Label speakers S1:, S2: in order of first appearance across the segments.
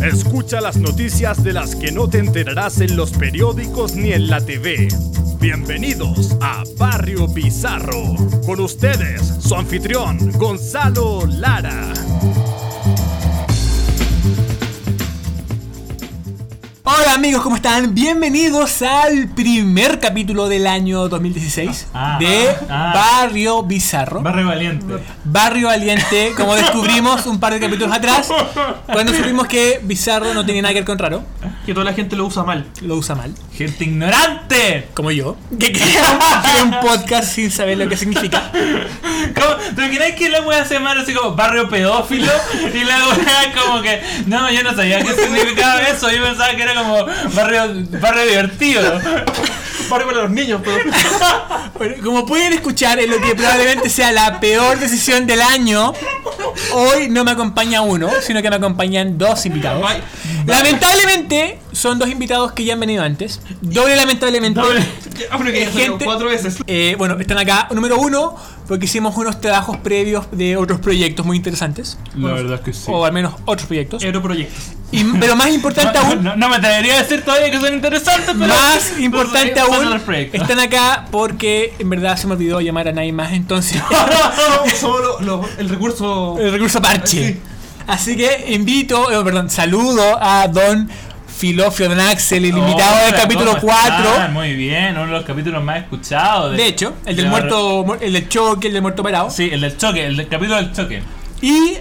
S1: Escucha las noticias de las que no te enterarás en los periódicos ni en la TV. Bienvenidos a Barrio Bizarro. Con ustedes, su anfitrión, Gonzalo Lara.
S2: Hola amigos, ¿cómo están? Bienvenidos al primer capítulo del año 2016
S3: Ah,
S2: de
S3: ah.
S2: Barrio Bizarro.
S3: Barrio Valiente.
S2: Barrio Valiente, como descubrimos un par de capítulos atrás, cuando supimos que Bizarro no tiene nada que ver con raro,
S4: que toda la gente lo usa mal.
S2: lo usa mal,
S3: Gente ignorante.
S2: como yo, que crea crea un podcast sin saber lo que significa.
S3: ¿Cómo? ¿Te imaginas que la wea se llama así como barrio pedófilo? Y la wea como que. No, yo no sabía qué significaba eso. Yo pensaba que era como barrio, barrio divertido.
S4: Barrio para los niños, pero.
S2: Bueno, como pueden escuchar, en lo que probablemente sea la peor decisión del año, hoy no me acompaña uno, sino que me acompañan dos invitados.
S4: Ay,
S2: Lamentablemente, son dos invitados que ya han venido antes. Doble lamentablemente.
S4: Ah, pero que ya salieron
S2: Gente-
S4: cuatro veces.
S2: Eh, bueno, están acá, número uno, porque hicimos unos trabajos previos de otros proyectos muy interesantes.
S3: La verdad es que sí.
S4: Oh,
S2: O al menos otros proyectos.
S4: Europroyectos.
S2: Y- pero más importante
S3: No,
S2: aún,
S3: no- no me atrevería a decir todavía que son interesantes, pero.
S2: más importante
S3: Pasan
S2: aún,
S3: al proyecto.
S2: están acá porque en verdad se me olvidó llamar a nadie más, entonces...
S4: Somos lo- lo- el recurso.
S2: El recurso parche.
S4: Sí.
S3: Ah,
S2: Así que invito, eh, perdón, saludo a don Filofio Don Axel, el invitado del
S3: Hola,
S2: capítulo
S3: ¿cómo
S2: 4.
S3: están? Ah, Muy bien, uno de los capítulos más escuchados.
S2: De hecho, el del
S3: de-
S2: muerto, mu- el del choque, el del muerto parado.
S3: Sí, el del choque, el del capítulo del choque.
S2: Y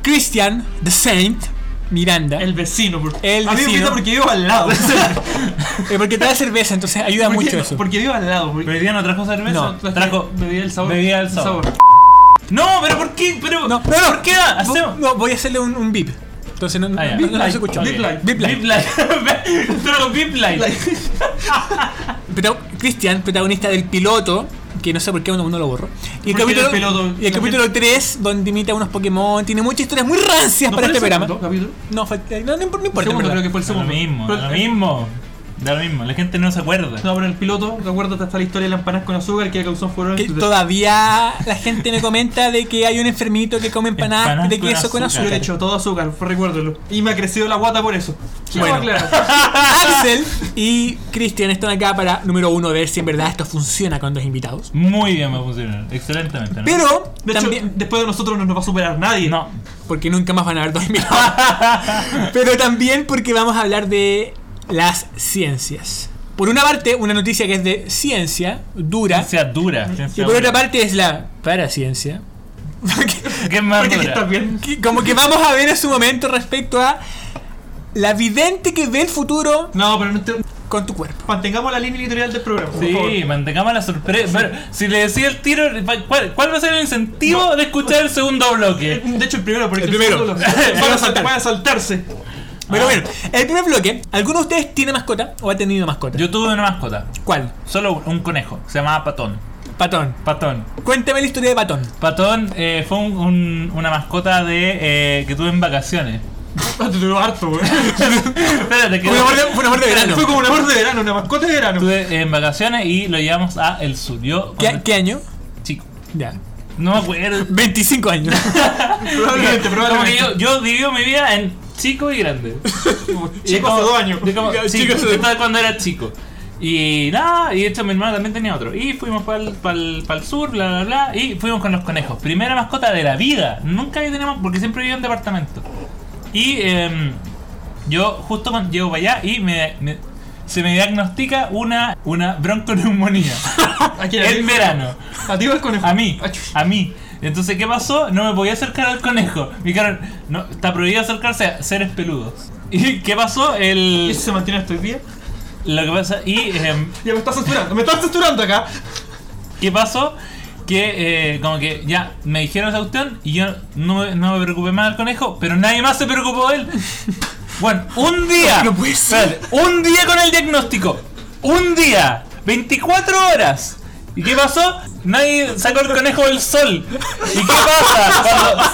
S2: Christian, The Saint, Miranda.
S4: El vecino. por-
S2: El
S4: a mí me
S2: vecino.
S4: invita porque vivo al lado.
S2: Eh, porque trae cerveza, entonces ayuda
S4: Porque-
S2: mucho eso.
S4: Porque vivo al lado. porque-
S3: Pero hoy día no trajo cerveza,
S2: No,
S3: trajo
S4: Bebía el sabor.
S3: Bebida del
S4: El
S3: sabor. No, pero ¿por qué? Pero,
S2: No, no, no.
S3: ¿Por qué?
S2: Vo-
S3: Hacemos.
S2: No, voy a hacerle un, un beep. Entonces no, no,
S3: Ah, ya.
S2: no se escuchó.
S4: Beep light.
S2: Beep light.
S3: Beep light. Trago beep light.
S2: Prota- Cristian, protagonista del piloto, que no sé por qué uno, uno lo borró. Y el
S4: ¿Por qué
S2: capítulo,
S4: el piloto?
S2: y el
S4: La
S2: capítulo 3, donde imita unos Pokémon, tiene muchas historias muy rancias
S4: ¿No
S2: para
S4: fue
S2: este
S4: el
S2: programa.
S4: segundo capítulo?
S2: No, fue- eh, no, no imp- no importa. en
S4: Segundo,
S2: verdad.
S4: creo que fue el
S3: Da lo
S4: segundo.
S3: mismo,
S4: Pero-
S3: da lo mismo. Da lo mismo, la gente no se acuerda.
S4: No, pero el piloto, recuerda hasta la historia de las empanadas con azúcar que causó furor en
S2: Que
S4: Twitter.
S2: todavía la gente me comenta de que hay un enfermito que come empanadas
S3: Empanadas
S2: de
S3: con
S2: queso con
S3: azúcar.
S2: azúcar.
S4: Yo le echo todo azúcar, recuérdelo. Y me ha crecido la guata por eso. Quiero
S2: Bueno.
S4: aclarar.
S2: Axel y Cristian están acá para, número uno, ver si en verdad esto funciona con dos invitados.
S3: Muy bien va a funcionar, excelentemente. ¿no?
S2: Pero
S4: De hecho,
S2: también.
S4: después de nosotros no nos va a superar nadie.
S3: No,
S2: porque nunca más van a haber dos invitados. Pero también porque vamos a hablar de las ciencias. Por una parte, una noticia que es de ciencia, dura.
S3: sea dura.
S2: y por otra parte es la paraciencia.
S3: parte, ¿qué es más
S4: Porque
S3: dura?
S4: estás bien.
S2: Que- Como que vamos a ver en su momento respecto a la vidente que ve el futuro
S4: No, pero no te-
S2: con tu cuerpo.
S4: mantengamos la línea editorial del programa. por favor.
S3: Sí, mantengamos la sorpresa. Pero si le decía el tiro, ¿cuál, cuál va a ser el incentivo de escuchar el segundo bloque?
S4: De hecho, el primero, porque
S2: El primero.
S4: segundo lo- van, a saltar- van a saltarse.
S2: Pero bueno, el primer bloque, ¿alguno de ustedes tiene mascota o ha tenido mascota?
S3: Yo tuve una mascota,
S2: ¿Cuál?
S3: solo un conejo, se llamaba Patón.
S2: Patón.
S3: Patón.
S2: Cuéntame la historia de Patón.
S3: Patón eh, fue un- un- una mascota de eh, que tuve en vacaciones.
S4: Ah, te duró harto, güey.
S3: Espérate, que
S2: Fue un amor de, fue un amor de verano.
S4: Fue como un amor de verano, una mascota de verano.
S3: estuve eh, en vacaciones y lo llevamos a El Sur. Yo,
S2: ¿Qué,
S3: cuando
S2: qué año?
S3: chico,
S2: Ya.
S3: no me acuerdo.
S2: 25 años.
S4: Probablemente,
S3: Como que
S4: probablemente.
S3: yo, yo viví mi vida en chico y grande. Y
S4: Chico
S3: como-
S4: hace dos años.
S3: de como-
S2: Ya,
S3: sí,
S2: chico hace-
S3: yo estaba cuando era chico. Y nada, y de hecho mi hermano también tenía otro. Y fuimos para el, sur, bla, bla, bla. Y fuimos con los conejos. Primera mascota de la vida. Nunca había tenido, porque siempre vivía en departamento. Y em, yo justo cuando llego para allá y me, me- se me diagnostica una, una bronconeumonía.
S4: Aquí la-
S3: en verano.
S4: A ti vas con el
S3: A mí,
S4: Ah, chuch.
S3: a mí. Entonces, ¿qué pasó? No me podía acercar al conejo. Me dijeron, no, está prohibido acercarse a seres peludos. ¿Y qué pasó?
S4: ¿Y
S3: El,
S4: eso se mantiene hasta hoy día?
S3: lo que pasa, y em,
S4: Ya me estás censurando, me estás censurando acá.
S3: ¿qué pasó? Que eh, como que ya me dijeron esa cuestión y yo no, me- no me preocupé más del conejo, pero nadie más se preocupó de él. Bueno, un día,
S2: No puede ser.
S3: espérate, un día con el diagnóstico, un día, 24 horas. ¿Y qué pasó? Nadie sacó el conejo del sol. ¿Y qué pasa?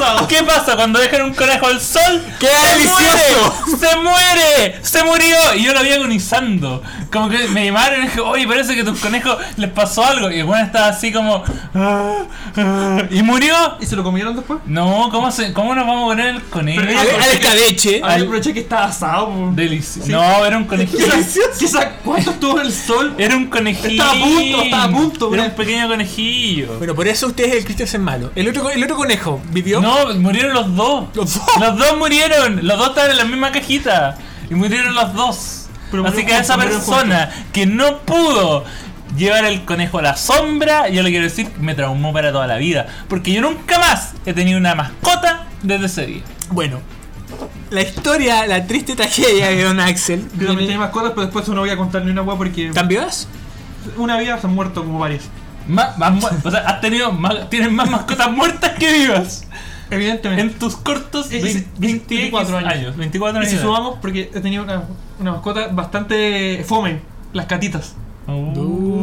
S3: Cuando, ¿Qué pasa cuando dejan un conejo al sol?
S2: ¡Qué delicioso!
S3: muere! ¡Se muere! ¡Se murió! Y yo lo vi agonizando. Como que me llamaron y dije, oye, parece que a tus conejos les pasó algo. Y el bueno estaba así como. "Ah, ah", ¿Y murió?
S4: ¿Y se lo comieron después?
S3: No, ¿cómo, se, ¿cómo nos vamos a poner el conejo?
S4: Pero-
S2: Al, al escabeche.
S4: Ah, yo aproveché que está asado. po.
S3: Delicioso. No, era un conejito.
S4: Quizás- Quizás cuánto estuvo en el sol.
S3: Era un conejillo.
S4: Estaba a punto, estaba a punto,
S3: Era
S4: una-
S3: un pequeño conejillo.
S2: Bueno, por eso usted es el Christensen malo. El otro, el otro conejo vivió.
S3: No, murieron los dos.
S2: Los dos.
S3: Los dos murieron. Los dos estaban en la misma cajita. Y murieron los dos.
S4: Pero
S3: Así
S4: murieron
S3: que a esa
S4: juntos, murieron
S3: persona que no pudo llevar el conejo a la sombra, yo le quiero decir, me traumó para toda la vida. Porque yo nunca más he tenido una mascota desde ese día.
S2: Bueno, la historia, la triste tragedia de Don Axel.
S4: Yo también tenía
S2: viene-
S4: más cosas, pero después no voy a contar ni una hueá porque
S2: ¿Están vivas?
S4: una vida se han muerto como varias.
S3: Más- más mu- o sea, has tenido más- tienes más mascotas muertas que vivas
S4: Evidentemente.
S3: en tus cortos
S4: Y- y-
S3: 20
S4: y-
S3: 24 años. 24
S4: Y
S3: años.
S4: si sumamos, porque he tenido una, una mascota bastante fome, las catitas. Oh. Yo, te- yo he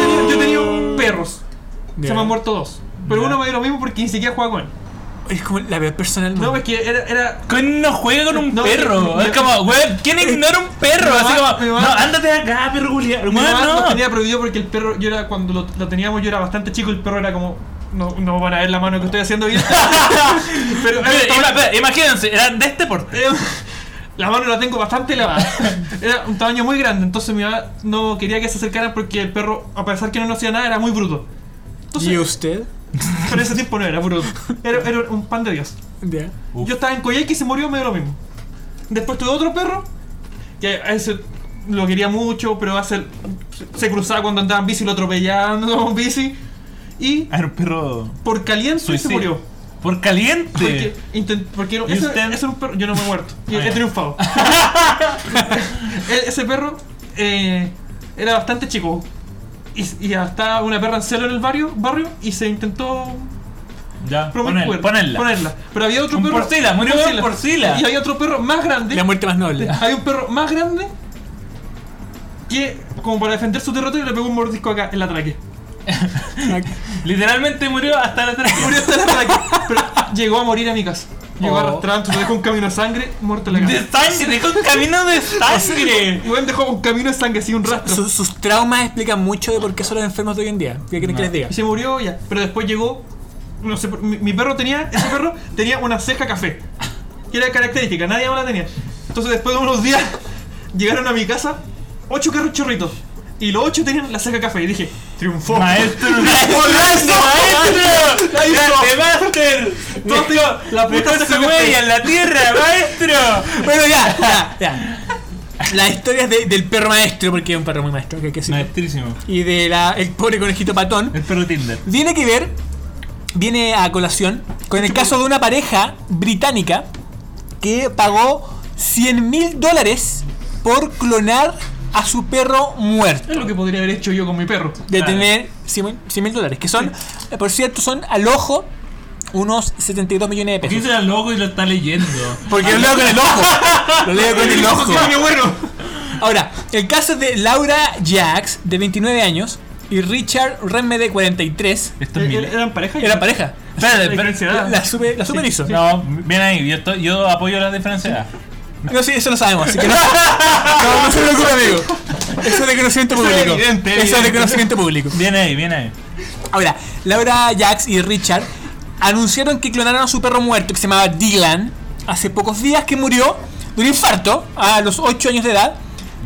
S4: tenido- yo he tenido perros, se
S2: Ya.
S4: me han muerto dos. Pero
S3: Ya.
S4: uno me dio lo mismo porque ni siquiera jugaba con él.
S2: Es como la peor persona del mundo.
S4: No, es que era, era
S3: ¿Quién no juega con un
S4: No,
S3: perro?
S4: mi-
S3: es como, weón, ¿quién ignora un perro?
S4: Mi
S3: Así
S4: mamá-
S3: como,
S4: mi mamá-
S3: no, ándate de acá, perro culiado.
S4: Mi mamá nos
S3: Weón, no.
S4: tenía prohibido porque el perro, yo era, cuando lo, lo teníamos, yo era bastante chico, el perro era como, no, no van a ver la mano que estoy haciendo bien. pero era-
S3: Mira, ima- eh, espera, imagínense, eran de este porte.
S4: era- la mano la tengo bastante elevada. Era un tamaño muy grande, entonces mi mamá no quería que se acercaran porque el perro, a pesar que no nos hacía nada, era muy bruto. Entonces,
S2: ¿Y usted?
S4: pero en ese tiempo no era bruto. Era, era un pan de Dios.
S2: Ya.
S3: Uf.
S4: Yo estaba en Coyhaique y se murió medio lo mismo. Después tuve otro perro, que a ese lo quería mucho, pero hace, se cruzaba cuando andaba en bici, lo atropellaban con bici. Y
S3: Ah, Era un perro
S4: por caliente se
S3: suicida.
S4: murió.
S3: Por caliente.
S4: Porque, intent- porque era-
S3: ¿Y
S4: ese,
S3: usted?
S4: ese era un perro, yo no me he muerto, y
S3: Ah,
S4: he
S3: ya.
S4: triunfado. E- ese perro eh, era bastante chico. Y, y hasta una perra en celo en el barrio, barrio y se intentó
S3: ya,
S4: promiscuar-
S3: ponel, ponerla.
S4: Pero había otro
S3: Un
S4: perro.
S3: porcila, murió por porcila.
S4: Y había otro perro más grande.
S2: La muerte más noble.
S4: Hay un perro más grande que, como para defender su territorio, le pegó un mordisco acá en la traque.
S3: Literalmente murió hasta la tragedia.
S4: Murió hasta la traque, pero llegó a morir a mi casa. Llegó
S2: Oh.
S4: arrastrando, dejó un camino de sangre, muerto en la
S3: De
S4: casa.
S3: sangre, dejó un camino de sangre.
S4: Weón dejó un camino de sangre, así un rastro.
S2: Sus, sus traumas explican mucho de por qué son los enfermos de hoy en día. ¿Qué quieren que les diga?
S4: Y se murió ya. Pero después llegó. No sé, mi, mi perro tenía. Ese perro tenía una ceja café. Que era característica, nadie más la tenía. Entonces, después de unos días, llegaron a mi casa ocho carros chorritos. Y los ocho tenían la ceja café. Y dije, triunfó.
S3: Maestro, maestro,
S4: La hizo.
S3: grande master.
S4: No, tío, la
S3: Dejó
S4: puta
S3: su
S4: saca-
S3: huella en la tierra, maestro.
S2: Bueno, ya, ya, ya. Las historias de- del perro maestro, porque es un perro muy maestro, que hay que decirlo.
S3: Maestrísimo.
S2: Y de la, el pobre conejito patón.
S3: El perro Tinder.
S2: Viene que ver, viene a colación, con el caso de una pareja británica que pagó 100 mil dólares por clonar a su perro muerto.
S4: Es lo que podría haber hecho yo con mi perro.
S2: De
S3: Claro.
S2: tener 100 mil dólares, que son, por cierto, son al ojo unos 72 millones de
S3: ¿Quién
S2: pesos.
S3: será loco y lo está leyendo?
S2: Porque lo leo con el ojo. Lo leo con el ojo.
S4: ¡Qué bueno!
S2: Ahora, el caso es de Laura Jax, de 29 años, y Richard Remme, de 43.
S3: Esto es mi ley.
S4: ¿E-, ¿Eran pareja?
S2: Eran pareja.
S3: Espérate,
S4: La
S3: pero-
S4: ansiedad.
S2: La, super, la superizo.
S3: No, bien ahí, yo, estoy- yo apoyo la diferencia.
S2: No, sí, eso lo sabemos, así que no, no, no se preocupe, amigo. Eso es de conocimiento
S4: Eso es
S2: público.
S4: evidente,
S2: Eso es de
S4: evidente.
S2: conocimiento público.
S3: Bien ahí, bien ahí.
S2: Ahora, Laura Jax y Richard anunciaron que clonaron a su perro muerto, que se llamaba Dylan, hace pocos días que murió de un infarto a los 8 años de edad,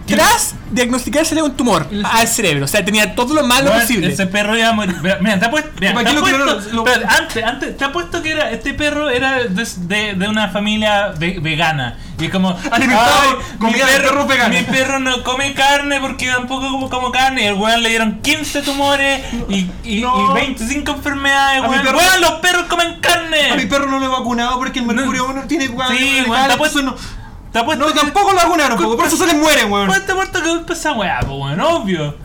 S2: tras diagnosticársele un tumor al cerebro. O sea, tenía todo lo malo
S3: Bueno,
S2: posible.
S3: Ese perro iba a morir. Mira, mira, te ha puesto. mira, te
S4: ¿Para qué
S3: ha
S4: lo
S3: puesto-
S4: clonaron? Lo-
S3: espérate, antes, antes, te ha puesto que era. Este perro era de, de- de una familia ve- vegana. Y es como.
S4: Ah, Alimentado
S3: "Ay,
S4: con
S3: mi
S4: comida de perro vegano".
S3: Mi perro no come carne porque tampoco como, como carne. Y el weón le dieron 15 tumores y, y,
S4: No.
S3: y 25 enfermedades.
S4: A mi
S3: Weón.
S4: perro-
S3: Weón, los perros comen carne.
S4: A mi perro no lo he vacunado porque el mercurio no, tiene guay.
S3: Sí,
S4: legal,
S3: weón, te ha puesto-
S4: eso no.
S3: te ha puesto
S4: No,
S3: que-
S4: tampoco lo vacunaron, poco, por eso se les mueren, weón.
S3: Pues te muerto que fue esa weá, po, weón, obvio.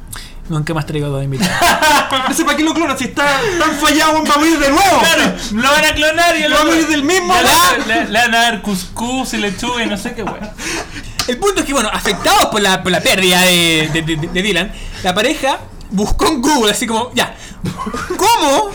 S2: Nunca más traigo dos invitados.
S4: No sé para qué lo clonan, si está tan fallado, weón, va a morir de nuevo.
S3: Claro, lo van a clonar y el
S4: Lo van a
S3: otro-
S4: ir del mismo,
S3: Ya
S4: weón.
S3: le, le- le van a dar cuscús y lechuga y no sé qué weón.
S2: El punto es que, bueno, afectados por la, por la pérdida de, de- de- de Dylan, la pareja buscó en Google, así como, ya. ¿Cómo?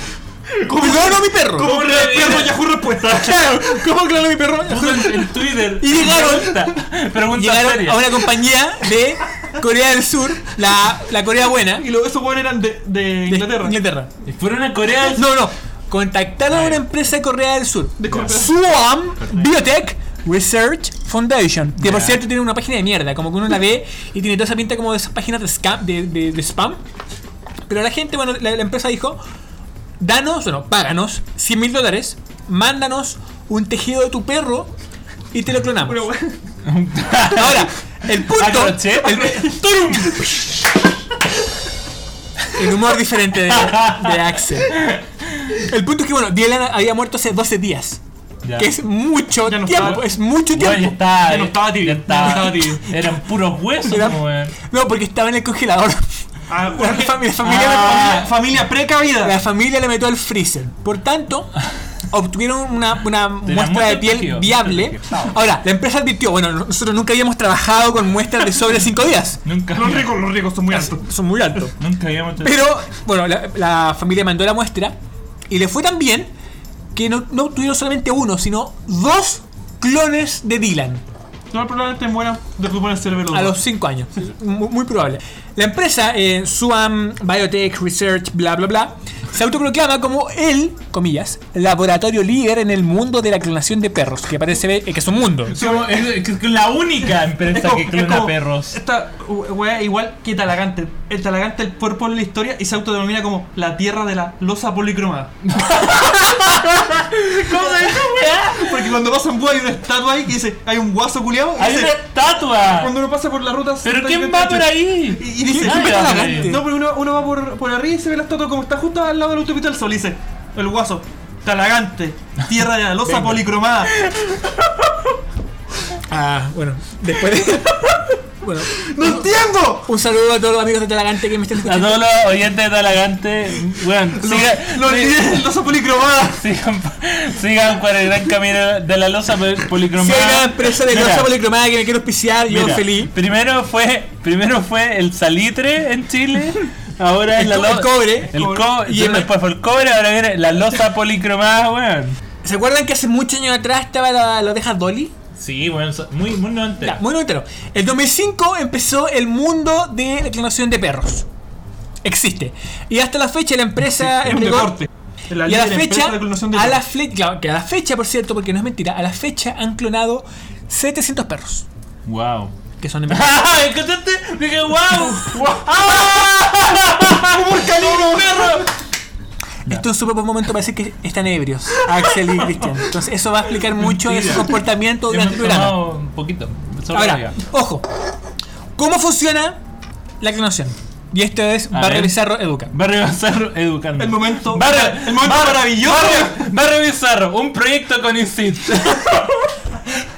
S2: clono a mi perro?
S4: ¿Cómo
S3: ¿Cómo
S4: que
S3: le-
S4: el perro pues. Yahoo respuesta?
S2: Claro, ¿cómo clono a mi perro?
S3: Puso en Twitter.
S2: Y llegaron-
S3: Pregunta, pregunta
S2: Llegaron
S3: seria.
S2: a una compañía de Corea del Sur, la, la Corea buena,
S4: Y luego esos hueones eran de, de Inglaterra.
S2: De Inglaterra.
S3: Y Fueron a Corea del Sur.
S2: No, no. Contactaron a una empresa de Corea del Sur.
S4: De Corea.
S2: Swam Biotech Research Foundation. Que por cierto tiene una página de mierda. Como que uno la ve y tiene toda esa pinta como de esas páginas de, scam, de, de- de spam. Pero la gente, bueno, la, la empresa dijo: Danos, bueno, páganos 100 mil dólares, mándanos un tejido de tu perro y te lo clonamos.
S4: Pero, bueno,
S2: Ahora, el punto.
S3: A crochet.
S2: el- ¡Tum! El humor diferente de, de Axel. El punto es que, bueno, Dylan había muerto hace 12 días.
S3: Ya.
S2: Que es mucho
S4: Ya no
S2: tiempo.
S4: estaba.
S2: Es mucho
S3: Bueno, ya
S2: tiempo.
S3: estaba.
S4: Ya no estaba tibio,
S3: ya estaba-
S4: ya no estaba tibio.
S3: Eran puros huesos,
S2: Era-
S3: weón.
S2: No, porque estaba en el congelador.
S4: ah,
S2: La
S4: bueno, que-
S2: familia, la familia-
S3: Ah.
S4: familia- familia precavida.
S2: la familia le metió al freezer. Por tanto, obtuvieron una, una muestra
S3: muestra
S2: de piel
S3: tejido,
S2: viable.
S3: muestra de tejido.
S2: Ahora, la empresa advirtió, bueno, nosotros nunca habíamos trabajado con muestras de sobre 5 días.
S3: Nunca,
S4: Los ricos, los ricos son muy altos.
S2: Son muy altos.
S3: nunca habíamos hecho
S2: Pero, bueno, la, la familia mandó la muestra y le fue tan bien que no, no obtuvieron solamente uno, sino dos clones de Dylan
S4: No, probablemente mueran de pulmones cerebelo.
S2: a los 5 años. Muy, muy probable. La empresa, eh, Suam Biotech Research, bla, bla, bla, se autoproclama como el, comillas, laboratorio líder en el mundo de la clonación de perros, que parece eh, que es un mundo.
S3: Somos- es, es la única empresa que clona perros.
S4: Esta we- wea igual que Talagante. El Talagante, el cuerpo en la historia y se autodenomina como la tierra de la losa policromada. ¿Cómo se dice, wea? Porque cuando pasa un búho hay una estatua ahí que dice, hay un guaso culiado y
S3: ¡Hay
S4: dice,
S3: una estatua!
S4: cuando uno pasa por la ruta...
S3: ¿Pero
S4: 70
S3: quién va por ahí?
S4: Y, y dice,
S2: ¿Quién
S3: Nadie
S2: va
S3: va
S2: por
S3: por
S2: ahí?
S3: ahí.
S4: no, pues- pero uno, uno va por, por arriba y se ve la estatua como está justo al lado de la autopista del sol y dice, el guaso, Talagante, tierra de la losa policromada.
S2: Ah, bueno, después de... Bueno,
S4: ¡No entiendo!
S2: un saludo a todos los amigos de Talagante que me están
S3: A
S2: escuchando.
S3: todos los oyentes de Talagante, weón, sigan,
S4: Los
S3: sig-
S4: líderes de losa policromada.
S3: sigan, sigan por el gran camino de la losa pol-
S2: Si
S3: policromada.
S2: hay una empresa de
S3: Mira,
S2: losa policromada que me quiero auspiciar, yo
S3: mira,
S2: feliz.
S3: Primero fue, primero fue el salitre en Chile, ahora
S2: El
S3: es la
S2: co- el
S3: lo-
S2: cobre.
S3: el co-
S2: Y el-
S3: después fue el cobre, ahora viene la losa policromada, weón.
S2: ¿Se acuerdan que hace muchos años atrás estaba la, la oreja Dolly?
S3: Sí, weón, so- muy, muy noventero.
S2: Ya, muy entero. El 2005 empezó el mundo de la clonación de perros. Existe. Y hasta la fecha la empresa...
S4: Es un
S2: entregó-
S4: deporte. La
S2: y a la
S4: líder empresa
S2: fecha,
S4: de clonación de
S2: a la
S4: perros.
S2: fle- claro, que a la fecha, por cierto, porque no es mentira, a la fecha han clonado 700 perros.
S3: Wow.
S2: Que son...
S3: ¡Ah! ¿Escuchaste? Dije, Ah. wow.
S4: ¡Porcalino!
S2: Esto es un súper buen momento para decir que están ebrios, Axel y Cristian. Entonces eso va a explicar mucho de su
S3: Mentira.
S2: comportamiento durante
S3: Hemos
S2: el programa.
S3: tomado un poquito. solo
S2: Ahora,
S3: arriba.
S2: ojo, ¿cómo funciona la clonación? Y esto es
S3: A
S2: Barrio
S3: ver.
S2: Bizarro Educa.
S3: Barrio Bizarro educando.
S4: El momento-
S3: Barrio-
S4: el momento
S3: Barrio-
S4: maravilloso.
S3: Barrio, Barrio Bizarro, un proyecto con INSIT.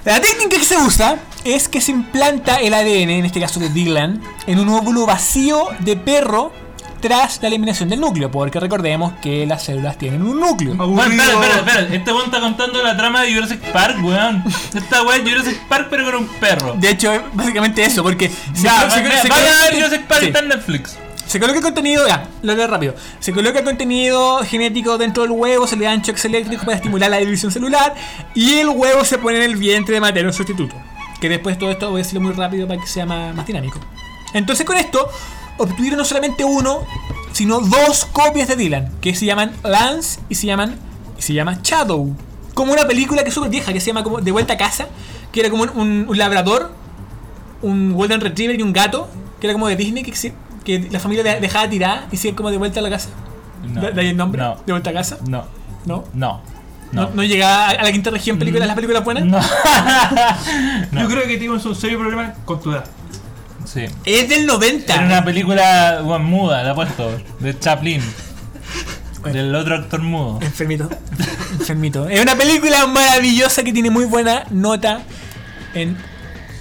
S2: La técnica que se usa es que se implanta el ADN, en este caso de Dylan, en un óvulo vacío de perro tras la eliminación del núcleo, porque recordemos que las células tienen un núcleo.
S3: Bueno,
S4: Aburrido.
S3: espera, espera, espera. Este weón está contando la trama de Jurassic Park, weón. Esta weón es Jurassic Park, pero con un perro.
S2: De hecho, es básicamente eso, porque se,
S3: Ya,
S2: colo- se
S3: va-
S2: colo- se
S3: vayan a ver
S2: colo-
S3: Jurassic Park,
S2: Sí.
S3: está en Netflix.
S2: Se coloca el contenido, ya, lo leo rápido. Se coloca el contenido genético dentro del huevo, se le dan shocks eléctricos para estimular la división celular y el huevo se pone en el vientre de material sustituto. Que después todo esto voy a decirlo muy rápido para que sea más, más dinámico. Entonces con esto obtuvieron no solamente uno, sino dos copias de Dylan, que se llaman Lance y se llaman y se llama Shadow. Como una película que es súper vieja, que se llama como De vuelta a casa, que era como un- un- un labrador un Golden Retriever y un gato, que era como de Disney, que, exi- que la familia de- dejaba tirar y se iba como de vuelta a la casa.
S3: No.
S2: ¿De de ahí el nombre?
S3: No.
S2: ¿De vuelta a casa?
S3: No,
S2: No.
S3: no,
S2: No,
S3: no.
S2: no llegaba a a la quinta región películas, las películas buenas.
S3: No.
S4: Yo creo que tienes un serio problema con tu edad.
S3: Sí.
S2: Es del 90.
S3: Era una película weón, muda, la apuesto. De Chaplin. Del otro actor mudo.
S2: Enfermito. Enfermito. Es una película maravillosa que tiene muy buena nota en,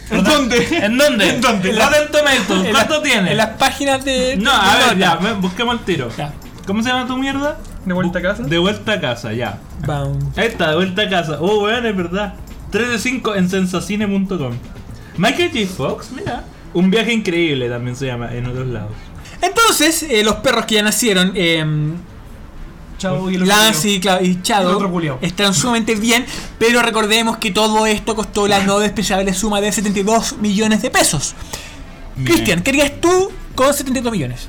S4: ¿En dónde?
S3: ¿En dónde?
S4: ¿En dónde?
S3: En Rotten Tomatoes,
S2: en
S3: ¿cuánto
S2: las-
S3: tiene?
S2: en las páginas de.
S3: No,
S2: de
S3: a ver,
S2: nota.
S3: ya, me- busquemos el tiro.
S2: Ya.
S3: ¿Cómo se llama tu mierda?
S4: ¿De vuelta a
S3: Bu-
S4: casa?
S3: De vuelta a casa, ya.
S2: Bound.
S3: Ahí está, de vuelta a casa. Oh, weón, es verdad. 3 de 5 en sensacine.com. Michael J. Fox, mira. Un viaje increíble también se llama en otros lados.
S2: Entonces, eh, los perros que ya nacieron, eh,
S4: Chao y el otro
S2: Lance
S4: culiao.
S2: y, Cla- y
S4: El
S2: Chado,
S4: otro culiao.
S2: están sumamente bien, pero recordemos que todo esto costó la no despreciable suma de 72 millones de pesos. Cristian, ¿qué harías tú con 72 millones?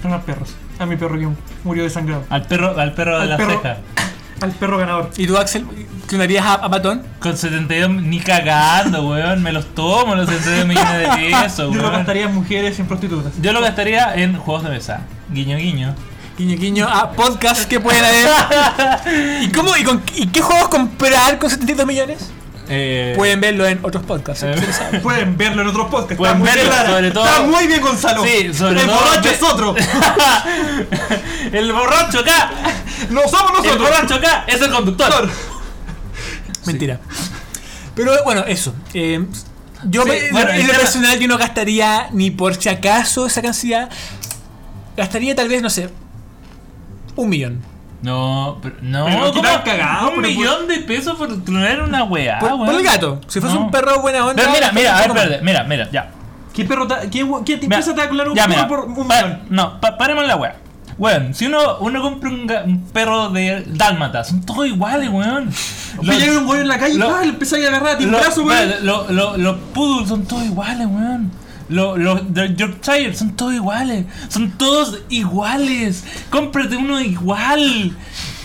S4: Son los perros. A mi perro que murió desangrado.
S3: Al perro, al perro de
S4: Al
S3: la
S4: perro.
S3: ceja.
S4: Al perro ganador.
S2: ¿Y tú, Axel, clonarías a, a Patón?
S3: Con 72, ni cagando, weón. Me los tomo los 72 millones de pesos,
S4: Yo lo
S3: weón.
S4: gastaría en mujeres y en prostitutas.
S3: Yo lo gastaría en juegos de mesa. Guiño, guiño.
S2: Guiño, guiño, a podcast que pueden haber. ¿Y, cómo, y, con, ¿Y qué juegos comprar con 72 millones?
S3: Eh,
S2: Pueden verlo en otros podcasts.
S3: eh,
S4: Pueden verlo en otros podcasts.
S3: Pueden
S4: está muy
S3: verlo,
S4: bien, Lara.
S3: sobre todo-
S4: Está muy bien, Gonzalo.
S3: Sí, sobre
S4: El
S3: todo-
S4: borracho es otro.
S3: el borracho acá.
S4: No somos
S3: El
S4: nosotros.
S3: borracho acá es el conductor.
S2: Mentira. Pero bueno, eso. Eh, yo
S3: Sí,
S2: me-
S3: bueno,
S2: en
S3: el
S2: lo
S3: tema-
S2: personal yo no gastaría ni por si acaso esa cantidad. Gastaría tal vez, no sé, un millón.
S3: No, pero, no.
S4: Pero
S3: ¿cómo?
S4: quedan cagados,
S3: un
S4: pero- pues-
S3: millón de pesos por clonar una weá,
S2: Por,
S3: weón.
S2: por el gato. Si fuese
S3: Ah, No.
S2: un perro buena onda.
S3: Pero mira, mira, a ver,
S2: un poco más.
S3: espérate, mira, mira, ya.
S4: ¿Qué perro ta- ¿Qué, hue- qué
S3: Mira,
S4: empresa te va a colar un
S3: ya,
S4: perro
S3: mira,
S4: por un
S3: pa-
S4: millón?
S3: No, pa- paremos la weá. Weón, si uno, uno compra un, ga- un perro de dálmata, son todos iguales, weón.
S4: Me llega un güey en la calle ¡ah, y
S3: lo-
S4: pa, le empecé a agarrar a
S3: Los
S4: timbrazo, güey.
S3: lo, lo- los poodles son todos iguales, weón. Los, los, los Yorkshire son todos iguales. Son todos iguales. Cómprate uno igual.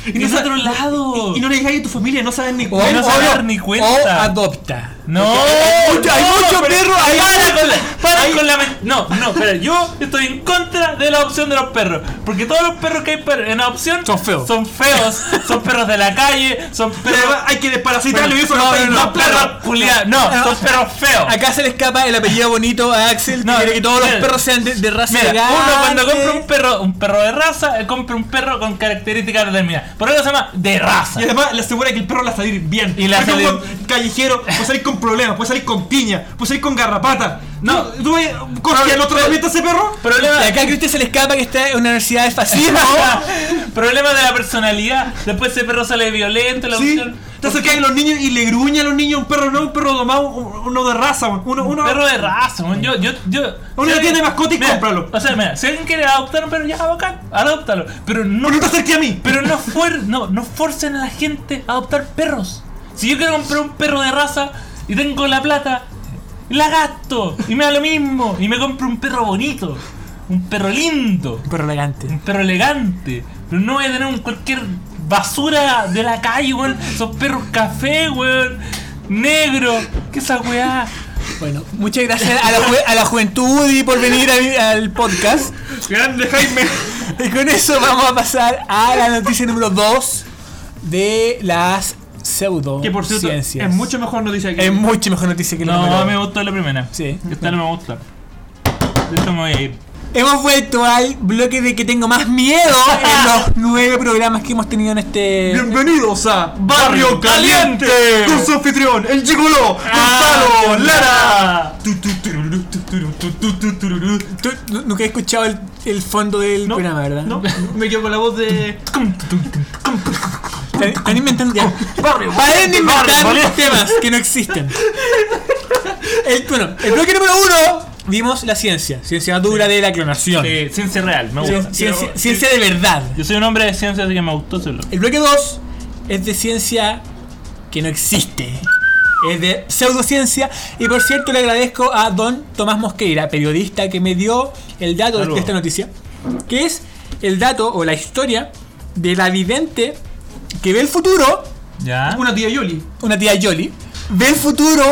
S3: Y es
S4: sa-
S3: otro lado. Oh.
S4: Y, y no le digas a tu familia, no sabes ni
S2: O,
S3: no se van a
S2: o-
S3: dar ni cuenta.
S2: o adopta.
S3: No,
S2: Hay mucho- hay
S3: no,
S2: mucho
S3: pero-
S2: perro ahí.
S3: Para con la, para
S2: Hay-
S3: con la men- No, no, pero yo estoy en contra de la adopción de los perros. Porque todos los perros que hay per- en adopción
S2: Son feos.
S3: Son feos, son perros de la calle, son
S4: Pero
S3: perros.
S4: hay que desparasitarlo y eso
S3: no,
S4: no,
S3: no,
S4: está
S3: no,
S4: no,
S3: perros culiados. No,
S2: No.
S3: son perros feos.
S2: Acá se le escapa el apellido bonito a Axel.
S3: No,
S2: que quiere que todos
S3: mira.
S2: los perros sean de, de raza
S3: Mira,
S2: elegante.
S3: uno cuando compra un perro, un perro de raza, eh, compra un perro con características determinadas. Por eso se llama de raza.
S4: Y además le asegura que el perro la va a salir bien.
S3: Y la
S4: No es
S3: salir-
S4: como un callejero, puede salir con problemas, puede salir con piña, puede salir con garrapata.
S3: No.
S4: ¿Tú, tú ves cogí al otro vez a ese perro?
S3: Problema,
S2: Y acá que usted se le escapa que está en una universidad de fascismo.
S3: problema de la personalidad. Después ese perro sale violento. La
S4: Sí.
S3: cuestión-
S4: Te acercas a los niños y le gruña a los niños un perro, no un perro domado, un- uno de raza, man. uno, uno
S3: perro de raza, weón. Yo, yo, yo.
S4: Uno
S3: si
S4: lo tiene
S3: alguien-
S4: de mascota y
S3: mira,
S4: cómpralo.
S3: O sea, mira, si alguien quiere adoptar un perro, ya bacán, adóptalo. Pero no.
S4: No, no te acerques a mí.
S3: Pero no fuer, no, no forcen a la gente a adoptar perros. Si yo quiero comprar un perro de raza y tengo la plata, la gasto. Y me da lo mismo. Y me compro un perro bonito. Un perro lindo.
S2: Un perro elegante.
S3: Un perro elegante. Pero no voy a tener un cualquier basura de la calle, weón. Esos perros café, weón. Negro. ¿Qué esa weá?
S2: Bueno, muchas gracias a la, ju- a la juventud y por venir al, al podcast.
S4: Grande Jaime.
S2: Y con eso vamos a pasar a la noticia número 2 de las pseudo
S4: Que por cierto,
S2: ciencias.
S4: es mucho mejor noticia que
S2: Es mucho mejor noticia que la
S3: No,
S2: número
S3: me gustó la primera.
S2: Sí.
S3: Esta no me gusta. De esto me voy a ir.
S2: Hemos vuelto al bloque de que tengo más miedo en los nueve programas que hemos tenido en este.
S4: Bienvenidos a Barrio Caliente con su anfitrión, el gigolo, Gonzalo Lara.
S2: Tú nu- nunca he escuchado el, el fondo del programa, ¿verdad?
S4: No, me quedo con la voz de.
S2: Están- Están inventando ya. Paren de inventar temas que no existen. El, bueno, el bloque número uno vimos la ciencia. Ciencia dura de la clonación.
S3: Eh, ciencia real, me
S2: Cien-
S3: gusta.
S2: ciencia, ciencia de verdad.
S3: Yo soy un hombre de ciencia, así que me gustó hacerlo.
S2: El bloque 2 es de ciencia que no existe. Es de pseudociencia. Y por cierto, le agradezco a don Tomás Mosqueira, periodista, que me dio el dato de
S3: Saludos.
S2: esta noticia. Que es el dato o la historia de la vidente que ve el futuro,
S3: ¿Ya?
S4: Una tía Yoli.
S2: una tía Yoli, ve el futuro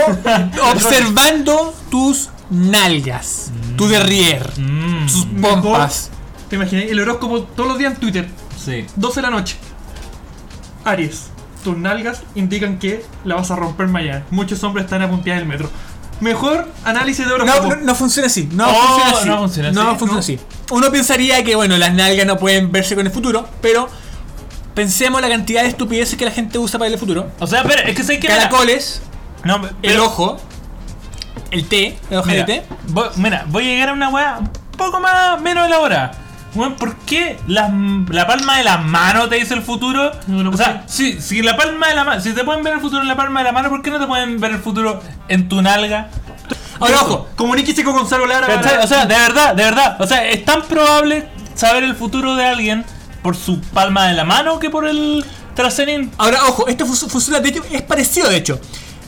S2: observando tus nalgas, tu derrier,
S3: Mm,
S2: tus pompas.
S4: ¿Te imaginas? El horóscopo todos los días en Twitter,
S3: sí.
S4: 12 de la noche. Aries, tus nalgas indican que la vas a romper mañana. Muchos hombres están apuntadas en el metro. Mejor análisis de
S2: No,
S4: horóscopo.
S2: no, no funciona así. No,
S3: Oh,
S2: funciona así.
S3: no funciona así,
S2: No
S3: ¿no?
S2: funciona así. Uno pensaría que, bueno, las nalgas no pueden verse con el futuro, pero pensemos la cantidad de estupideces que la gente usa para el futuro.
S3: O sea, pero es que sé que.
S2: Caracoles,
S3: No,
S2: el
S3: pero-
S2: ojo, el té, la hoja de
S3: Mira,
S2: té.
S3: voy, mira, voy a llegar a una weá un poco más menos elaborada. Weón, ¿por qué las- la palma de la mano te dice el futuro?
S4: No lo
S3: o sea, si, si la palma de la mano, si te pueden ver el futuro en la palma de la mano, ¿por qué no te pueden ver el futuro en tu nalga?
S2: Ahora, ojo.
S4: Comuníquese con Gonzalo Lara.
S3: ¿Cachai? O sea, de verdad, de verdad. O sea, es tan probable saber el futuro de alguien por su palma de la mano que por el traserín.
S2: Ahora, ojo, esto fu- funciona, de hecho, es parecido, de hecho.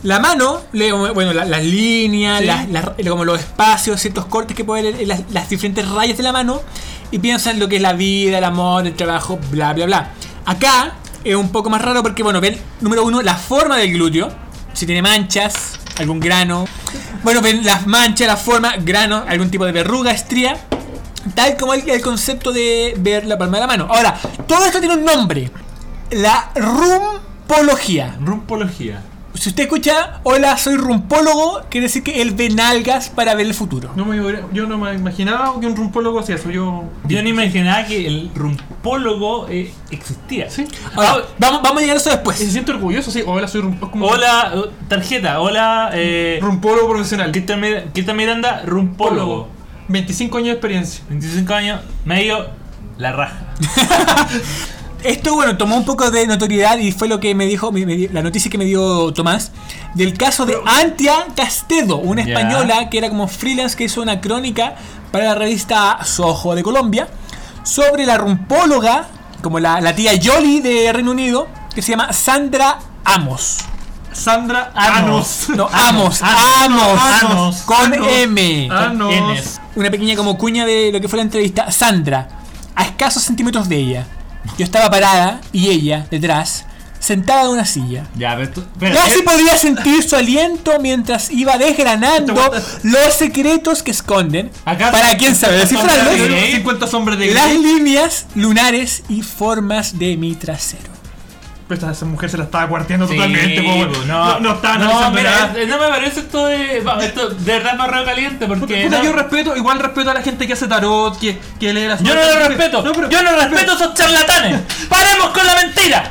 S2: La mano, le- bueno, la- las líneas,
S3: Sí.
S2: las- las- como los espacios, ciertos cortes que pueden en las, las diferentes rayas de la mano, y piensa en lo que es la vida, el amor, el trabajo, bla, bla, bla. Acá es un poco más raro porque, bueno, ven, número uno, la forma del glúteo, si tiene manchas, algún grano. Bueno, ven las manchas, la forma, grano, algún tipo de verruga, estría, tal como el, el concepto de ver la palma de la mano. Ahora, todo esto tiene un nombre. La rumpología.
S3: Rumpología.
S2: Si usted escucha, hola, soy rumpólogo, quiere decir que él ve nalgas para ver el futuro.
S4: No me, hubiera- yo no me imaginaba que un rumpólogo hacía eso. Yo.
S3: Yo ni imaginaba que el rumpólogo eh, existía.
S4: Sí.
S2: Ahora, vamos, vamos a llegar a eso
S4: Y Se
S2: después.
S4: siente orgulloso, Ah. sí. Hola, soy rumpólogo.
S3: Hola, eh, tarjeta. Hola, eh,
S4: Rumpólogo profesional.
S3: Cristian Mi- Cristian Miranda, rumpólogo.
S4: 25 años de experiencia.
S3: 25 años, medio, la raja.
S2: Esto, bueno, tomó un poco de notoriedad y fue lo que me dijo, me- me di- la noticia que me dio Tomás, del caso de Antia Castedo, una
S3: Ya.
S2: española que era como freelance que hizo una crónica para la revista Sojo de Colombia sobre la rumpóloga, como la, la tía Jolly de Reino Unido, que se llama Sandra Amos.
S4: Sandra
S3: Anos.
S4: Anos.
S2: No, Amos, Amos,
S3: Amos,
S2: Amos, con
S4: Anos.
S2: M.
S4: Anos.
S3: Tienes.
S2: Una pequeña como cuña de lo que fue la entrevista. Sandra, a escasos centímetros de ella. Yo estaba parada y ella, detrás, sentada en una silla.
S3: Ya, pero tú. espera,
S2: Casi
S3: eh,
S2: podía sentir su aliento mientras iba desgranando los secretos que esconden.
S3: Acá-
S2: para quién sabe descifrarlos.
S3: Sí.
S4: 50 sombras de
S2: Las
S4: Grey.
S2: líneas lunares y formas de mi trasero.
S4: Pero esta- esa mujer se la estaba cuarteando
S3: sí,
S4: totalmente, po,
S3: po,
S4: weón. No, no estaba
S3: no,
S4: analizando
S3: mira,
S4: nada.
S3: eh, no me parece esto de. va, Esto de verdad barrio caliente porque.
S4: Puta,
S3: no-
S4: yo respeto, igual respeto a la gente que hace tarot, que, que lee las
S3: Yo no
S4: cartas,
S3: lo
S4: que-
S3: respeto.
S4: pero-
S3: yo no respeto esos charlatanes. ¡Paremos con la mentira!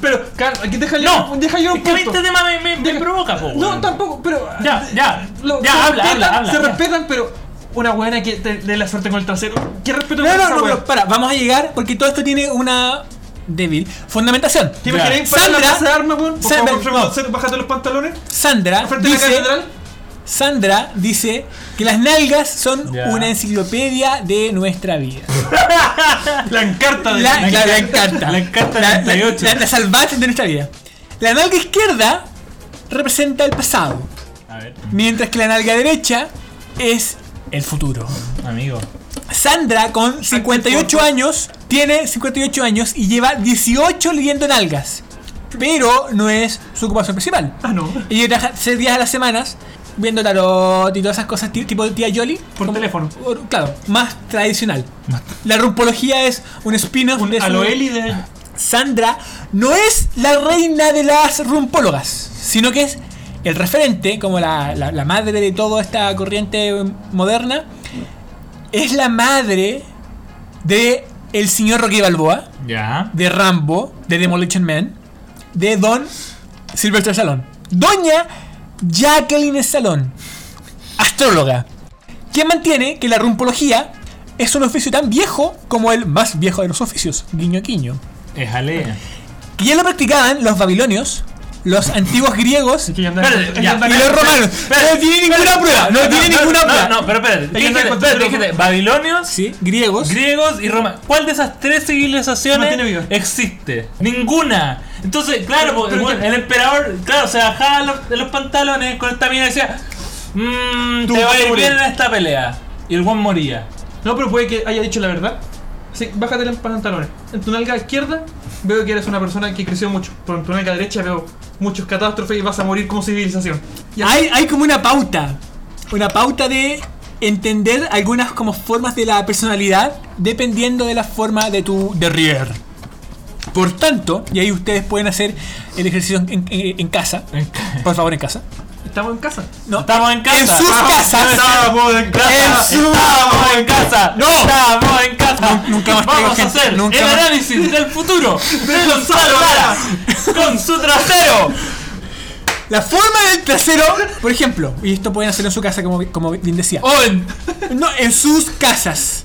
S4: Pero, Carlos, aquí déjale,
S3: No.
S4: déjale un
S3: es que a mí
S4: punto.
S3: este tema me, me- me
S4: Deja-
S3: provoca, po.
S4: No,
S3: weón.
S4: tampoco, pero.
S3: Ya, ya.
S4: Lo-
S3: ya,
S4: se
S3: habla,
S4: respetan,
S3: habla, habla.
S4: Se
S3: ya.
S4: respetan, pero una buena que te dé la suerte con el trasero. ¿Qué respeto
S2: No,
S4: por
S2: no,
S4: esa
S2: no,
S4: wea?
S2: pero para, vamos a llegar porque todo esto tiene una débil fundamentación.
S4: ¿Te imagináis
S2: Ya.
S4: para la
S2: Sandra-
S4: plaza de armas, weón? Por
S2: Sandra-
S4: favor,
S2: no.
S4: Alfredo, se- bájate los pantalones.
S2: Sandra
S4: Frente a la
S2: dice,
S4: catedral.
S2: Sandra dice que las nalgas son
S3: Ya.
S2: una enciclopedia de nuestra vida.
S4: La encarta de
S2: La, la- la encanta.
S3: La encanta
S2: La, la,
S3: 38.
S2: la- la salvaje de nuestra vida. La nalga izquierda representa el pasado,
S3: A ver,
S2: mientras que la nalga derecha es el futuro.
S3: amigo.
S2: Sandra
S3: Ah,
S2: con 58 años, tiene 58 años y lleva 18 leyendo nalgas. Pero no es su ocupación principal.
S4: Ah, no.
S2: Y yo trabaja 6 días a las semanas viendo tarot y todas esas cosas ti- tipo tía Yoli.
S4: Por teléfono.
S2: Por- claro, más tradicional. La rumpología es un spin-off
S4: Un
S2: de su-
S4: aloeli de.
S2: Sandra no es la reina de las rumpólogas, sino que es el referente, como la, la- la madre de toda esta corriente eh, moderna, es la madre de el señor Rocky Balboa,
S3: Ya.
S2: de Rambo, de Demolition Man, de Don Sylvester Stallone. Doña Jacqueline Stallone, astróloga, quien mantiene que la rumpología es un oficio tan viejo como el más viejo de los oficios, guiño guiño.
S3: Es jalea.
S2: Que ya lo practicaban los babilonios, los antiguos griegos
S4: Que
S2: y
S4: ya anda-
S3: Espérate,
S4: que
S3: ya.
S4: anda-
S2: los romanos. No tiene ninguna prueba, no tiene ninguna
S3: No,
S2: prueba.
S3: no, pero espérate.
S4: que
S3: Dijiste,
S4: andar con
S3: espérate,
S4: tu
S3: dijiste, babilonios,
S2: Sí, griegos.
S3: griegos y romanos. ¿Cuál de esas tres
S4: No
S3: civilizaciones
S4: tiene vida.
S3: existe? Ninguna. Entonces, claro, porque,
S4: pero
S3: bueno,
S4: que-
S3: el emperador, claro, se bajaba los, de los pantalones con esta mina y decía, mmm, te va a ir
S4: morir.
S3: bien en esta pelea. Y el guan moría.
S4: No, pero puede que haya dicho la verdad. Sí, bájate los pantalones. En tu nalga izquierda veo que eres una persona que creció mucho. Pero en tu nalga derecha veo muchos catástrofes y vas a morir como civilización. Y así-
S2: Hay, hay como una pauta, una pauta de entender algunas como formas de la personalidad dependiendo de la forma de tu derrier. Por tanto, y ahí ustedes pueden hacer el ejercicio en, en- en casa, por favor en casa.
S4: Estamos en casa.
S2: No,
S3: Estamos en casa. Ah,
S2: En sus casas.
S4: en
S2: casa. En su-
S3: Estamos en casa.
S2: No.
S3: Estamos en casa.
S2: nunca más traigo
S3: Vamos a
S2: gente,
S3: hacer
S2: nunca
S3: el
S2: más.
S3: análisis del futuro de Gonzalo Lara con su trasero.
S2: La forma del trasero, por ejemplo, y esto pueden hacer en su casa como, como bien decía.
S3: O en-
S2: No, en sus casas.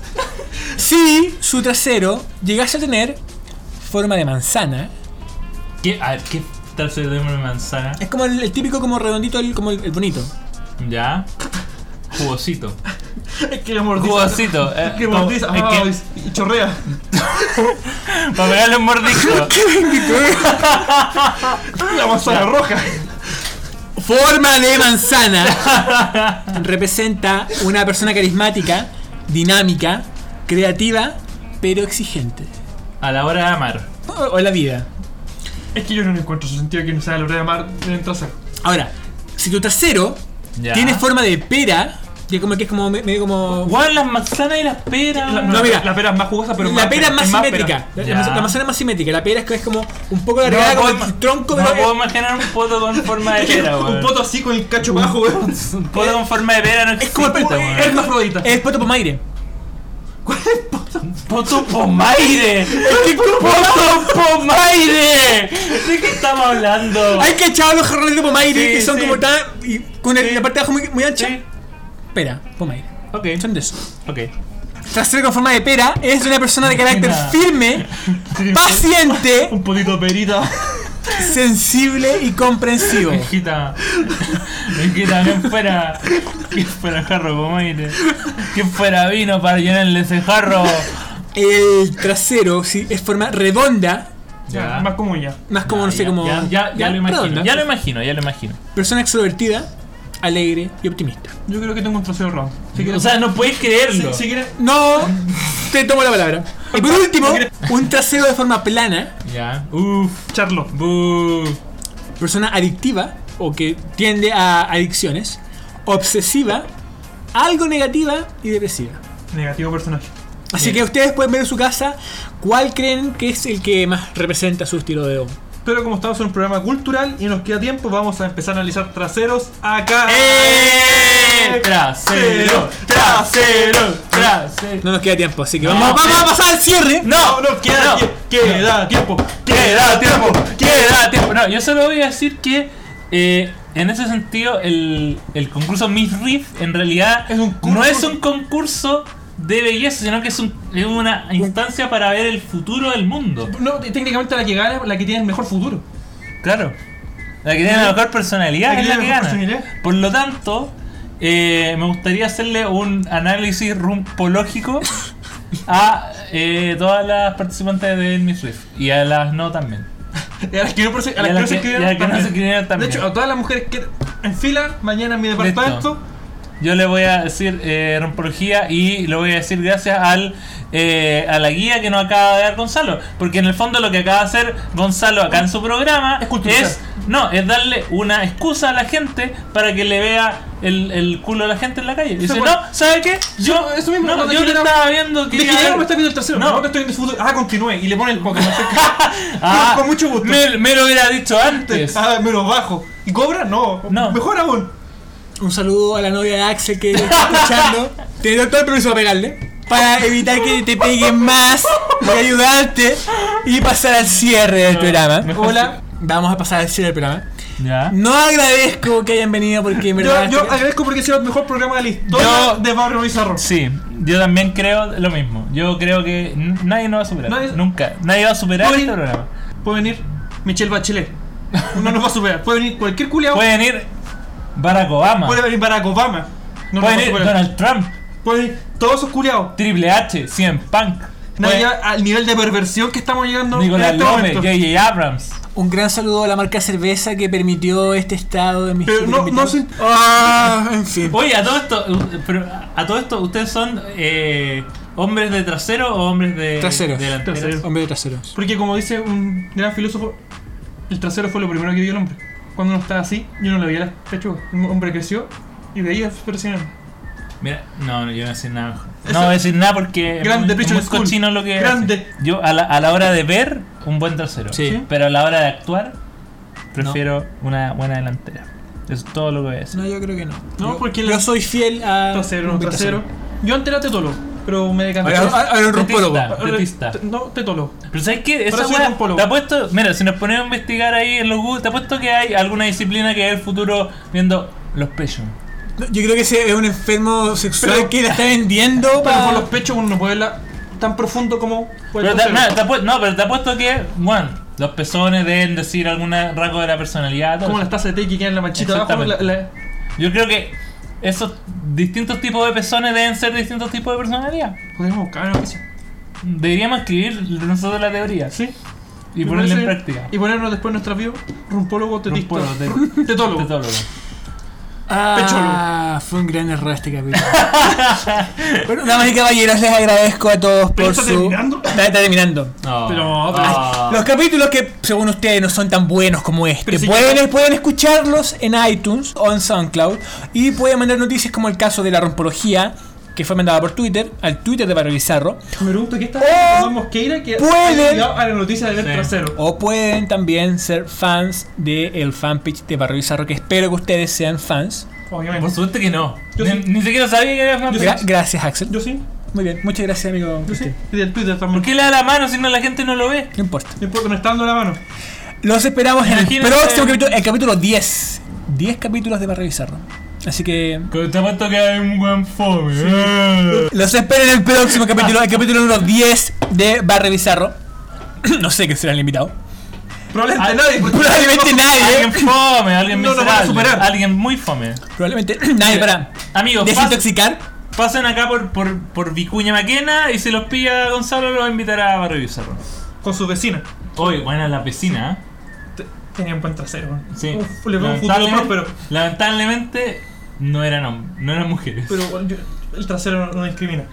S2: Si su trasero llegase a tener forma de manzana,
S3: ¿Qué? A ver, ¿qué trasero de una manzana?
S2: es como el, el típico como redondito, el, como el, el bonito.
S3: Ya. Jugosito.
S4: Es que la mordiza.
S3: Jugosito, eh,
S4: es que
S3: como-
S4: mordiza.
S3: es que-
S4: Ah, y- y chorrea.
S3: Para pegarle un mordisco.
S4: La manzana roja.
S2: Forma de manzana. Representa una persona carismática, dinámica, creativa, pero exigente.
S3: A la hora de amar.
S2: O, o la vida.
S4: Es que yo no le encuentro su sentido que no sea la hora de amar en el trasero.
S2: Ahora, si tu trasero
S3: Ya.
S2: tiene forma de pera, ya como que es como me- medio como.
S3: Weón, las manzanas y las peras.
S4: La-
S2: no, mira.
S4: La pera es más jugosa, pero
S2: la pera es más
S4: pera.
S2: simétrica. La, la
S3: Ya.
S2: manzana- la manzana es más simétrica. La pera es que es como un poco
S3: No
S2: alargada,
S3: puedo
S2: como
S3: ima-
S2: el tronco,
S3: no
S2: pero-
S3: puedo imaginar un poto con forma de pera,
S4: un
S3: weón.
S4: poto así con el cacho bajo, weón.
S3: Un poto con forma de pera no
S2: es como el
S3: existe,
S2: poto.
S3: weón.
S2: Es
S4: Una afrodita.
S2: Es poto pomaire.
S3: ¡Poto pomaire! ¡Poto pomaire! ¿De qué estamos hablando?
S2: Hay que echar los jarrones de pomaire
S3: Sí,
S2: que son
S3: sí.
S2: como tan. y con el-
S3: Sí.
S2: la parte de abajo muy, muy ancha.
S3: Sí.
S2: Pera, pomaire.
S3: Ok,
S2: Son de eso.
S3: ok.
S2: Trasero con forma de pera es una persona de carácter
S3: Nada.
S2: firme, paciente,
S4: Un potito de perita.
S2: sensible y comprensivo.
S3: Mejita. Mejita, ¿quién fuera? ¿Quién fuera jarro pomaire? ¿Quién fuera vino para llenarle ese jarro?
S2: El trasero sí, es forma redonda,
S3: Ya.
S4: Más común ya.
S2: más como no sé
S3: Ya,
S2: como
S3: Ya, ya, ya lo imagino.
S2: redonda.
S3: Ya lo imagino, ya lo imagino.
S2: Persona extrovertida, alegre y optimista.
S4: Yo creo que tengo un trasero round. Si
S3: O
S4: quieres.
S3: sea, no podéis
S4: si,
S3: creerlo.
S4: si quieres.
S2: No, te tomo la palabra. Y por último, un trasero de forma plana,
S3: Ya.
S4: Uff, charlo.
S3: Buh.
S2: persona adictiva o que tiende a adicciones, obsesiva, algo negativa y depresiva.
S4: Negativo personaje.
S2: Así que ustedes pueden ver en su casa cuál creen que es el que más representa su estilo de hombre.
S4: Pero como estamos en un programa cultural y nos queda tiempo, vamos a empezar a analizar traseros acá.
S3: ¡Eh! Trasero, trasero, trasero.
S2: No nos queda tiempo, así que
S3: No,
S2: vamos, vamos
S3: pero-
S2: a pasar al cierre.
S4: No, no, queda,
S3: no.
S4: que- queda tiempo.
S3: Queda tiempo, queda tiempo. No, yo solo voy a decir que eh, en ese sentido el, el concurso Miss Riff en realidad
S4: Es un
S3: no
S4: concurso-
S3: es un concurso de belleza, sino que es, un- es una instancia para ver el futuro del mundo.
S4: No, t- técnicamente la que gana es la que tiene el mejor futuro.
S3: Claro. La que tiene la mejor personalidad
S4: La que
S3: es la que
S4: tiene la mejor
S3: gana.
S4: personalidad.
S3: Por lo tanto, eh, me gustaría hacerle un análisis rumpológico a eh, todas las participantes de Miss Riff y a las no también.
S4: A las que no, perse- a
S3: Y
S4: las que
S3: a
S4: no
S3: las
S4: se
S3: que- y a las
S4: escribieron.
S3: que no se
S4: también.
S3: escribieron también.
S4: De hecho, a todas las mujeres que en fila, mañana en mi departamento.
S3: Yo le voy a decir eh, rompología y lo voy a decir gracias al, eh, a la guía que nos acaba de dar Gonzalo. Porque en el fondo lo que acaba de hacer Gonzalo acá en su programa
S4: Es culturizar.
S3: es, no, es darle una excusa a la gente para que le vea el, el culo a la gente en la calle. Y dice,
S4: bueno.
S3: no, ¿sabe qué? Yo,
S4: eso mismo,
S3: no,
S4: cuando
S3: yo le
S4: generamos-
S3: estaba viendo que...
S4: De
S3: iba a
S4: general
S3: ver-
S4: me está viendo el trasero.
S3: No.
S4: No, te estoy viendo el futuro. Ah, continúe. Y le pone el Pokémon.
S3: Ah,
S4: con mucho gusto.
S3: Me, me lo hubiera dicho antes.
S4: Ah, me lo bajo. ¿Y cobra? No.
S3: No.
S4: Mejor aún.
S2: Un saludo a la novia de Axel que está escuchando. Tiene todo el permiso para pegarle. Para evitar que te peguen más y ayudarte. Y pasar al cierre del programa.
S3: mejor
S2: Hola. Vamos a pasar al cierre del programa.
S3: Ya.
S2: No agradezco que hayan venido porque en
S4: Yo,
S2: verdad. este-
S4: yo agradezco porque ha sido el mejor programa de la historia
S3: este Yo-
S4: de Barrio Bizarro.
S3: Sí, yo también creo lo mismo. Yo creo que n- nadie nos va a superar.
S4: Nadie-
S3: Nunca. Nadie va a superar
S4: Nadie-
S3: este programa.
S4: Puede venir Michelle Bachelet. No nos va a superar. Puede venir cualquier culiao.
S3: Puede venir Barack Obama.
S4: Puede
S3: Puede,
S4: venir Barack Obama. No nos va a
S3: venir
S4: superar.
S3: Donald Trump.
S4: Puede venir todos esos culiados.
S3: Triple H, 100 Punk.
S4: Nadie
S3: Puede-
S4: llega al nivel de perversión que estamos llegando
S3: Nicolás
S4: en este
S3: López,
S4: momento.
S3: J.J. Abrams.
S2: Un gran saludo a la marca cerveza que permitió este estado de mis
S4: Pero no, no Oh,
S2: invitados.
S4: se...
S2: Ah, en fin.
S3: Oye, a todo esto, u- pero a todo esto, ¿ustedes son eh, hombres de trasero o hombres de
S2: Traseros.
S3: delanteros?
S4: Traseros.
S2: Hombre de traseros.
S4: Porque como dice un gran filósofo, el trasero fue lo primero que vio el hombre. Cuando uno estaba así, yo no le veía las pechugas. El hombre creció y veía impresionante.
S3: Mira, no, no, yo no voy a decir nada mejor.
S4: Eso-
S3: No voy a decir nada porque es
S4: Grande,
S3: muy- es
S4: Richard
S3: muy
S4: School.
S3: cochino lo que
S4: Grande.
S3: hace. Yo a la, a la hora de ver, un buen trasero.
S2: Sí.
S3: Pero a la hora de actuar, prefiero una buena delantera. Eso es todo lo que voy a decir.
S2: No, yo creo que no.
S4: No,
S2: yo,
S4: porque
S2: yo
S4: la-
S2: soy fiel a.
S4: Trasero,
S2: Ah, un
S4: trasero. Yo antes era tetólogo, pero me decanté. Ah,
S2: Ahora, ahora- ahora un
S3: Tetista.
S2: rompólogo.
S4: Ahora-
S3: tetista.
S4: te- No, tetólogo.
S3: Pero ¿sabes qué? Esa
S4: Ahora soy
S3: weá,
S4: antropólogo.
S3: te apuesto, mira, si nos ponemos a investigar ahí en los Google, te apuesto que hay alguna disciplina que es el futuro viendo los pechos.
S2: No, Yo creo que ese es un enfermo sexual
S4: Pero-
S2: que la está vendiendo
S4: Pero
S2: para.
S4: por los pechos uno no puede verla tan profundo como... puede
S3: Pero
S4: el
S3: te,
S4: trasero.
S3: no, te apue- no, pero te apuesto que, bueno, los pezones deben decir algún rasgo de la personalidad. todo
S4: Como
S3: eso.
S4: las tazas de té que quedan en la manchita abajo. La,
S3: Exactamente.
S4: la-
S3: Yo creo que esos distintos tipos de personas deben ser distintos tipos de personalidad.
S4: Podríamos buscar una noticia.
S3: Deberíamos escribir nosotros la teoría
S4: Sí.
S3: y
S4: Me
S3: ponerla en
S4: parece-
S3: práctica.
S4: Y ponernos después en nuestra bio. Rumpólogo, tetista.
S3: Rumpólogo, te-
S4: ru- Tetólogo.
S3: Tetólogo.
S2: Ah, fue un gran error este capítulo. bueno, damas y caballeros, les agradezco a todos
S4: ¿Pero
S2: por
S4: está
S2: su.
S4: terminando?
S2: Está, está terminando.
S3: No.
S4: Pero-
S3: Ah.
S2: Los capítulos que, según ustedes, no son tan buenos como este,
S4: Pero si
S2: pueden,
S4: yo-
S2: pueden escucharlos en iTunes o en SoundCloud y pueden mandar noticias como el caso de la rompología, que fue mandada por Twitter, al Twitter de Barrio Bizarro.
S4: Me pregunto qué está
S2: O
S4: haciendo Juan Mosqueira que
S2: pueden-
S4: ha llegado a la noticia del
S3: Sí.
S4: trasero.
S2: O pueden también ser fans del fanpage de Barrio Bizarro, que espero que ustedes sean fans.
S3: Por
S4: Obviamente.
S3: suerte que no.
S4: Yo
S3: Ni,
S4: sí.
S3: ni siquiera sabía que era
S4: Yo
S3: fanfic.
S2: Gra- gracias, Axel.
S4: Yo sí,
S2: Muy bien, muchas gracias, amigo.
S4: yo sí.
S2: Usted.
S4: Y del Twitter
S3: ¿Por
S4: también.
S3: qué le da la mano si no la gente no lo ve?
S2: No importa.
S4: No importa, me está dando la mano.
S2: Los esperamos en el
S3: Imagínense-
S2: próximo capítulo, el capítulo 10. 10 capítulos de Barrio Bizarro. Así que
S3: Que te apuesto que hay un buen fome. eh.
S2: los espero en el próximo capítulo, el capítulo número 10 de Barrio Bizarro. no sé quién será el invitado.
S4: Probablemente
S3: Ah,
S4: nadie. porque-
S2: Probablemente nadie.
S3: Alguien fome, alguien
S4: Eh, No lo van a
S3: miserable,
S4: superar.
S3: alguien muy fome.
S2: Probablemente nadie para
S3: Amigos, pas-
S2: desintoxicar.
S3: pasen acá por, por, por Vicuña Maquena y si los pilla Gonzalo los invitará a Barrio Bizarro.
S4: Con su vecina.
S3: Hoy, buena la vecina, ¿eh?
S4: Te- Tenía un buen trasero. man.
S3: Sí.
S4: Uf, le veo un futuro
S3: Lamentablemente-
S4: próspero.
S3: Lamentablemente no eran, hom- no eran mujeres.
S4: Pero bueno, yo- el trasero no, no discrimina.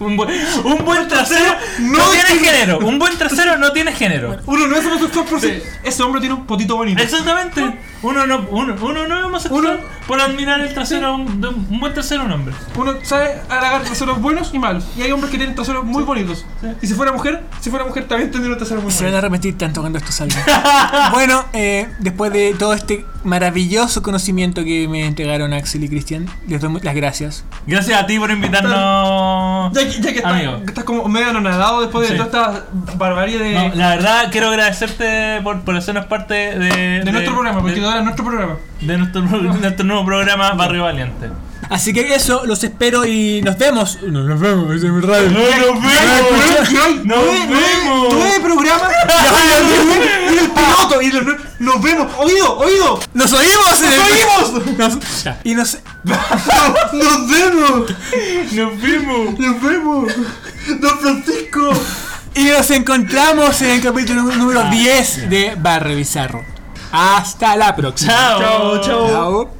S3: Un, buen- un buen trasero no, tiene género. Un buen trasero no tiene género.
S4: Uno no es homosexual, pero sí. ese hombre tiene un potito bonito.
S3: Exactamente. Uno no, uno, uno no es homosexual por admirar el trasero de un, de un buen trasero a un hombre.
S4: Uno sabe halagar traseros buenos y malos. Y hay hombres que tienen traseros muy bonitos. Y si fuera mujer, si fuera mujer también tendría un trasero muy
S2: Se van
S4: bonito.
S2: a arrepentir tanto cuando esto salga. bueno, eh, después de todo este maravilloso conocimiento que me entregaron Axel y Cristian, les doy mu- las gracias.
S3: Gracias a ti por invitarnos.
S4: Ya, que- ya que
S3: Amigo.
S4: estás, que estás como medio anonadado después de
S3: Sí.
S4: toda esta barbarie de,
S3: No, la verdad, quiero agradecerte por, por hacernos parte de,
S4: de nuestro programa, porque
S3: de,
S4: ahora es nuestro programa.
S3: de nuestro, pro- de nuestro nuevo programa Barrio Valiente.
S2: Así que eso, los espero y nos vemos. No, Nos vemos, es mi radio.
S3: ¡Nos
S4: Ay,
S3: ¡Nos
S4: nueve-
S3: vemos!
S4: Nueve programas y el piloto y los nue- nos vemos. Oído, oído.
S2: ¡Nos oímos! en el-
S4: Oímos.
S2: Nos- y nos.
S4: Nos vemos.
S3: ¡Nos vimos!
S4: Nos vemos. Don Francisco.
S2: Y nos encontramos en el capítulo nú- número 10 de Barre Bizarro. Hasta la próxima.
S3: ¡Chao!
S4: Chao, chao.
S2: Chao.